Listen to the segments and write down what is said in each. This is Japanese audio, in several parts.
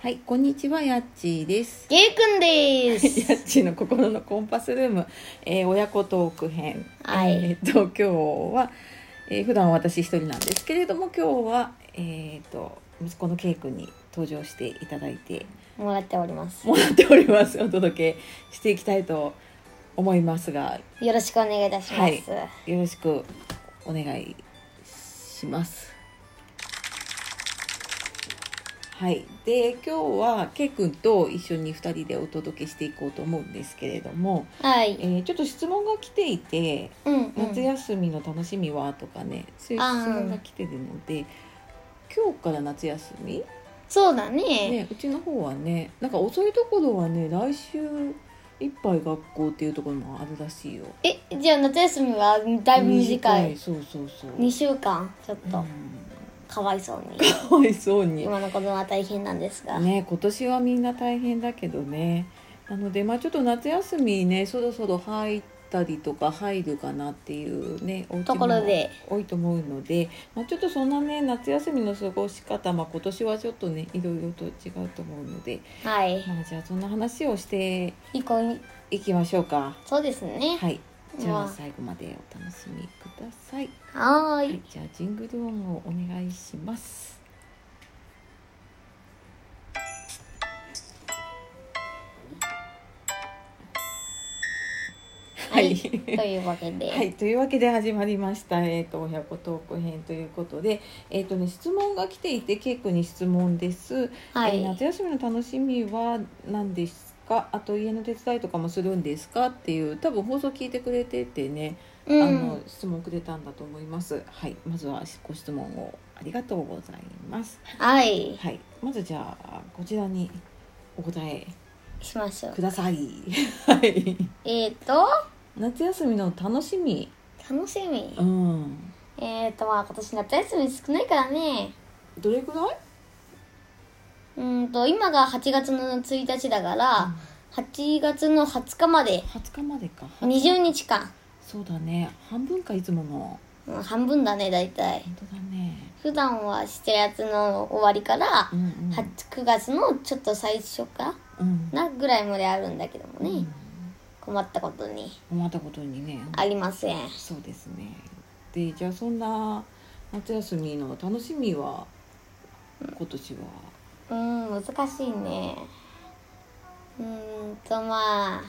はい、こんにちは、やっちーです。ゲイくんでやす。っちーの心のコンパスルーム、えー親子トーク編。はいえーっと、今日は、えー普段は私一人なんですけれども、今日は、えーっと、息子のけいくんに登場していただいて、もらっております。もらっております。お届けしていきたいと思いますが、よろしくお願いいたします。よろしくお願いします。はい、で今日はケイ君と一緒に2人でお届けしていこうと思うんですけれども、はい。えーちょっと質問が来ていてうん、う「夏ん。休みの楽しみは?」とかねそういう質問が来てるので今日から夏休み、そうだね。ね、うちの方はねなんか遅いところはね来週いっぱい学校っていうところもあるらしいよ。え、じゃあ夏休みはだいぶ短い。そうそうそう二週間、ちょっうとんかわいそうに。かわいそうに今の子供は大変なんですが。ね今年はみんな大変だけどねなのでまあちょっと夏休みねそろそろ入ったりとか入るかなっていうねお家もところで多いと思うので、まあ、ちょっとそんなね夏休みの過ごし方、まあ、今年はちょっとねいろいろと違うと思うので、はい。まあ、じゃあそんな話をしていい子に。いきましょうかそうですね。はいじゃまああ最後までお楽しみくださいははーいい。、じゃあジングル音をお願いします。はい、というわけで。はい、というわけで始まりました、えー、と親子トーク編ということで、えーとね、質問が来ていてケイ君に質問です、はえーい。夏休みの楽しみは何ですかあと家の手伝いとかもするんですかっていう多分放送聞いてくれててね、うあのん。質問くれたんだと思います、はい、まずはご質問をありがとうございますはい。はい、まずじゃあこちらにお答えしましょうく。ださい。 はい。えっ、ー、と、夏休みの楽しみ。楽しみう。ん。えっ、ー、と、まあ今年夏休み少ないからね。どれくらい？うーんと今が8月の1日だから、8月の20日まで二十日までか。 20日間、そうだね。半分かいつもの。うん、半分だね大体本当だね。普段は7月の終わりから、うんうん。は9月のちょっと最初かうん。なぐらいまであるんだけどもね、うん困ったことに困ったことにね。ありませんそうですね。で、じゃあそんな夏休みの楽しみは今年は。うん難しいねうーんとまあ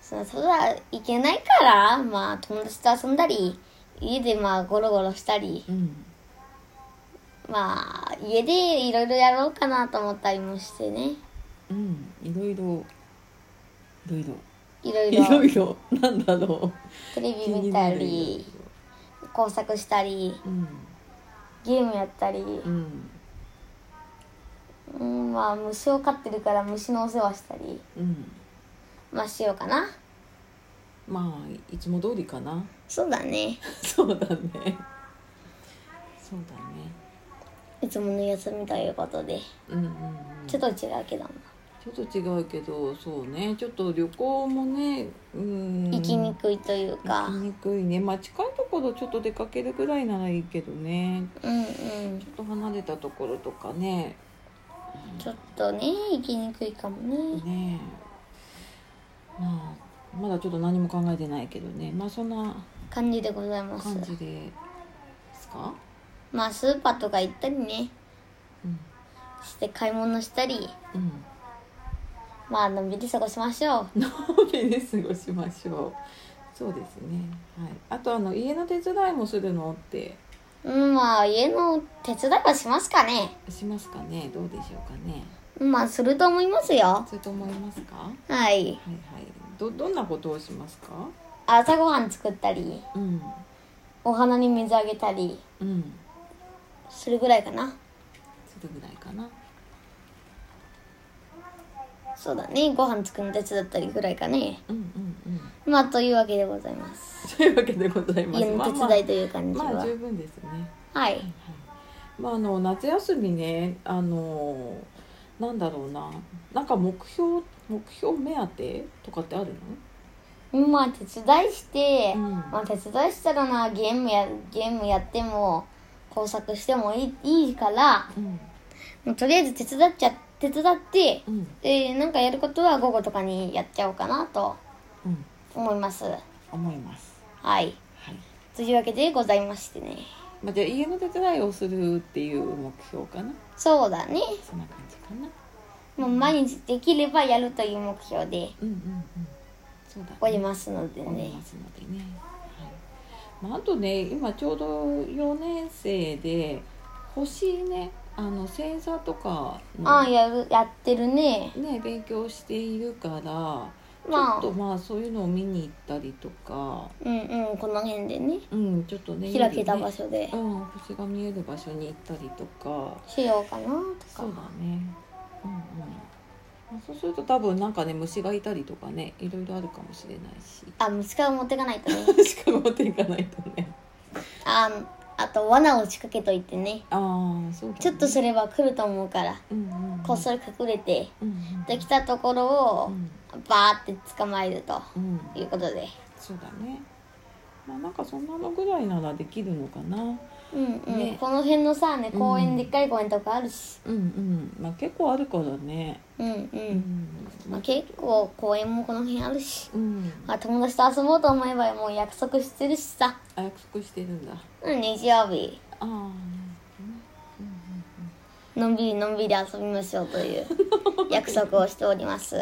そのそれはいけないからまあ友達と遊んだり家でまあゴロゴロしたりうん。まあ家でいろいろやろうかなと思ったりもしてねうん。いろいろ。いろいろ。いろいいろろいろ。なんだろう。テレ気ビに見なたるり工作したりうんゲームやったりうんうんまあ虫を飼ってるから虫のお世話したりうんまあしようかなまあいつも通りかな そうだねそうだねそうだねいつもの休みということでうんうん、うん、ちょっと違うけどもちょっと違うけどそうねちょっと旅行もねうん行きにくいというか行きにくいねまあ近いところちょっと出かけるぐらいならいいけどねうんうんちょっと離れたところとかねちょっとね行きにくいかもねねえまあまだちょっと何も考えてないけどねまあそんな感じでございます感じですか、まあスーパーとか行ったりねうんして買い物したりうんまあのんびり過ごしましょうのんびり過ごしましょう。そうですね。はい。あとあの家の手伝いもするのってうん、まあ家の手伝いはしますかねしますかね。どうでしょうかね。まあすると思いますよそれと思いますか。ははいいはい。どどんなことをしますか。朝ごはん作ったりうんお花に水あげたりうん。するぐらいかなそれぐらいかな。そうだねご飯作るの手伝ったりぐらいかねうんうんうん。 まあというわけでございますというわけでございます。家のまあ手伝いという感じまは、あ、まあ十分ですね。はいまあ、あの夏休みねあのなんだろうななんか目標目標目当てとかってあるまあ手伝いして、うんまあ手伝いしたらなゲームやゲームやっても工作してもいいいいからの？うんもうとりあえず手伝っちゃっ手伝って、うんえーなんかやることは午後とかにやっちゃおうかなとうん思います。思いますはい。はい、というわけでございましてね。まあ、じゃあ家の手伝いをするっていう目標かなそうだね。そんな感じかなもう毎日できればやるという目標でうんうんうんそうだねおりますので思いね。ますのでね、はいまあ、あとね今ちょうど4年生で星ねあの星座とかのああ、やる、やってるね。ね、勉強しているから、まちょっとあ、まあそういうのを見に行ったりとか、うんうん、この辺でね。うん、ちょっとね開けた場所、所でうん、星が見える場所に行ったりとかしようかなそとうか。だねうんうんまあそうすると多分なんかね虫がいたりとかねいろいろあるかもしれない しあ、虫から持ってかないとね。しかも持っていかないとねああと罠を仕掛けといてねああそうだ、ね、ちょっとすれば来ると思うからうんうんうんこっそり隠れてうんうんできたところうをんバーって捕まえるとうんいうことでそうだねまあなんかそんなのぐらいならできるのかなうんうん、ねこの辺のさね公園、うんでっかい公園とかあるしうんうんまあ結構あるからねうんうん、うんまあ、結構公園もこの辺あるし、うんまあ、友達と遊ぼうと思えばもう約束してるしさあ約束してるんだうん日曜日ああなのんびりのんびり遊びましょうという約束をしております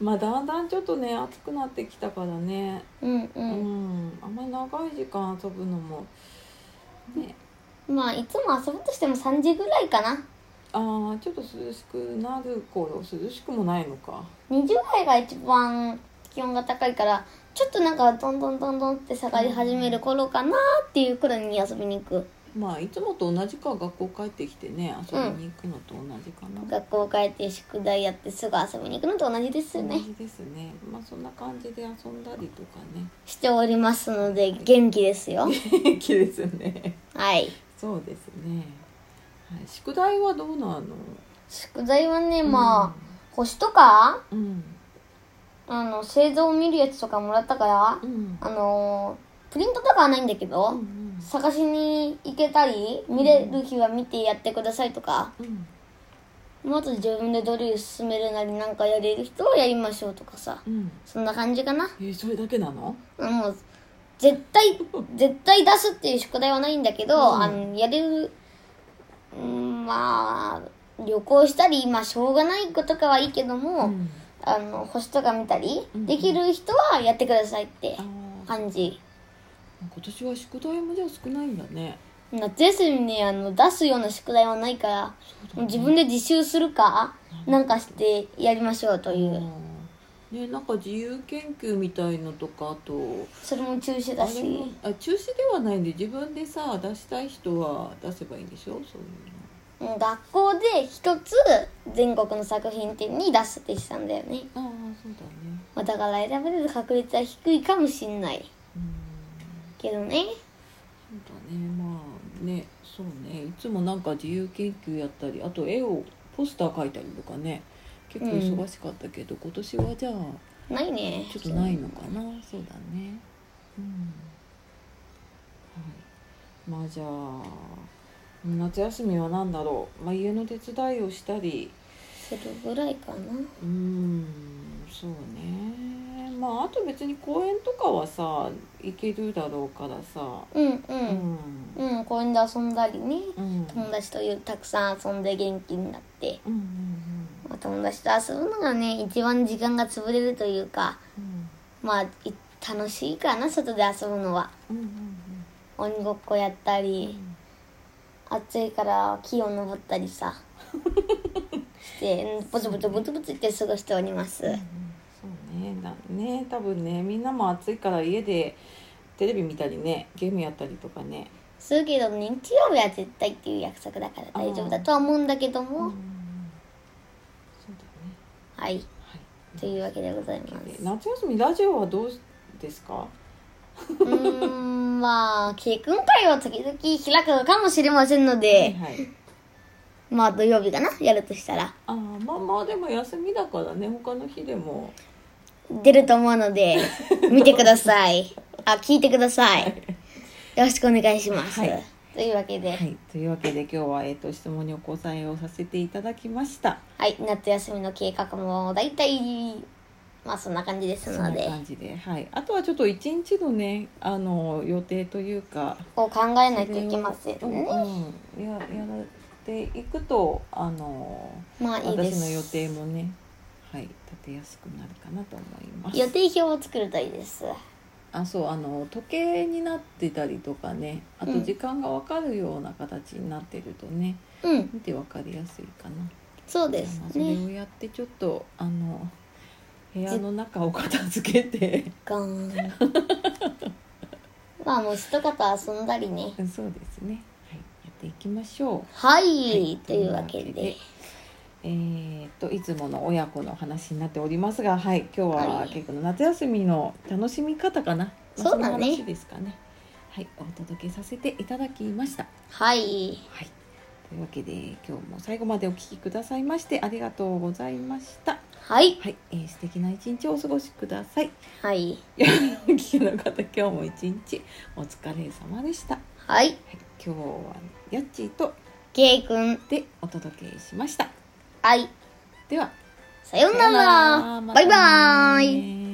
まあだんだんちょっとね暑くなってきたからねうんう、うんんあんまり長い時間遊ぶのもねまあいつも遊ぶとしても3時ぐらいかなああちょっと涼しくなる頃涼しくもないのか20代が一番気温が高いからちょっとなんかどんどんどんどんって下がり始める頃かなっていう頃に遊びに行くまあいつもと同じか学校帰ってきてね遊びに行くのと同じかな、学校帰って宿題やってすぐ遊びに行くのと同じですよ同ねじですねまあそんな感じで遊んだりとか ねしておりますので元気ですよ元気ですねはいそうですね、はい、宿題はどうなの宿題はねまあ、星とかうんあの星座を見るやつとかもらったからうんあのプリントとかはないんだけど、うん探しに行けたり見れる日は見てやってくださいとか、うんまず自分でドリル進めるなりなんかやれる人はやりましょうとかさうんそんな感じかなえー、それだけなのもう絶対絶対出すっていう宿題はないんだけど、うんあのやれるうんまあ旅行したりまあしょうがないことかはいいけども、うんあの星とか見たりうんできる人はやってくださいってああ感じ今年は宿題もじゃあ少ないんだね夏休みにあの出すような宿題はないからもう自分で自習するかなんかしてやりましょうという。うんねなんか自由研究みたいのとかあとそれも中止あだれもしあ中止ではないんで自分でさ出したい人は出せばいいんでしょそういうもう学校で一つ全国の作品展に出すってしたんだよね、のああそうだねまあ、だから選べる確率は低いかもしんないうんけどねそうだねまあねそうねいつもなんか自由研究やったりあと絵をポスター描いたりとかね結構忙しかったけど、今年はじゃあないねちょっとないのかなそうだねうんはいまあじゃあ夏休みは何だろう、まあ、家の手伝いをしたりするぐらいかなうんそうねまああと別に公園とかはさ行けるだろうからさうんううんんうん、公園で遊んだりねうん友達というたくさん遊んで元気になって、うんうんまあ、友達と遊ぶのがね一番時間が潰れるというかうんまあい楽しいかな外で遊ぶのはうんうん鬼ごっこやったり、暑いから木を登ったりさしてボツボツボツボツって過ごしておりますうんそうねだね多分ねみんなも暑いから家でテレビ見たりねゲームやったりとかねするけど日曜日は絶対っていう約束だから大丈夫だとは思うんだけどうんもそうだねはいはというわけでございまいです夏休みラジオはどうですかうーんまあ結婚会を時々開くかもしれませんのではいはいまあ土曜日かなやるとしたらあーまあまあでも休みだからね他の日でも出ると思うので 見てくださいあ聞いてくださいよろしくお願いします、はいというわけで、は、はいい、というわけで今日は、えー、と質問にお答えをさせていただきました夏休みの計画も大体、まあそんな感じですそのんなで、感じで、はい、あとはちょっと一日のねあの予定というかこう考えないといけませんね。うんうん、ややっていくとあのまあいいで私す。の予定もねはい立てやすくなるかなと思います予定表を作るといいです。あそうあの時計になってたりとかねあうとん時間が分かるような形になってるとね、うん、見て分かりやすいかなそうですまあそれね。をやってちょっとあの部屋の中を片付けて ガーン。まあ虫とかと遊んだりね。そうですね、はい、やっていきましょうはい、はいというわけで、えーっといつもの親子の話になっておりますが、はい、今日ははい結構の夏休みの楽しみ方かな、まあそうだねの話ですかね。はい、お届けさせていただきました。はい、はい、というわけで今日も最後までお聞きくださいましてありがとうございました。はい、はい、えー素敵な一日をお過ごしください。 はい、聞けなかった今日も一日お疲れ様でした。ははい、い、今日はやっちーとけいくん、でお届けしました。はい、では。さようなら、まバたイねバーイ。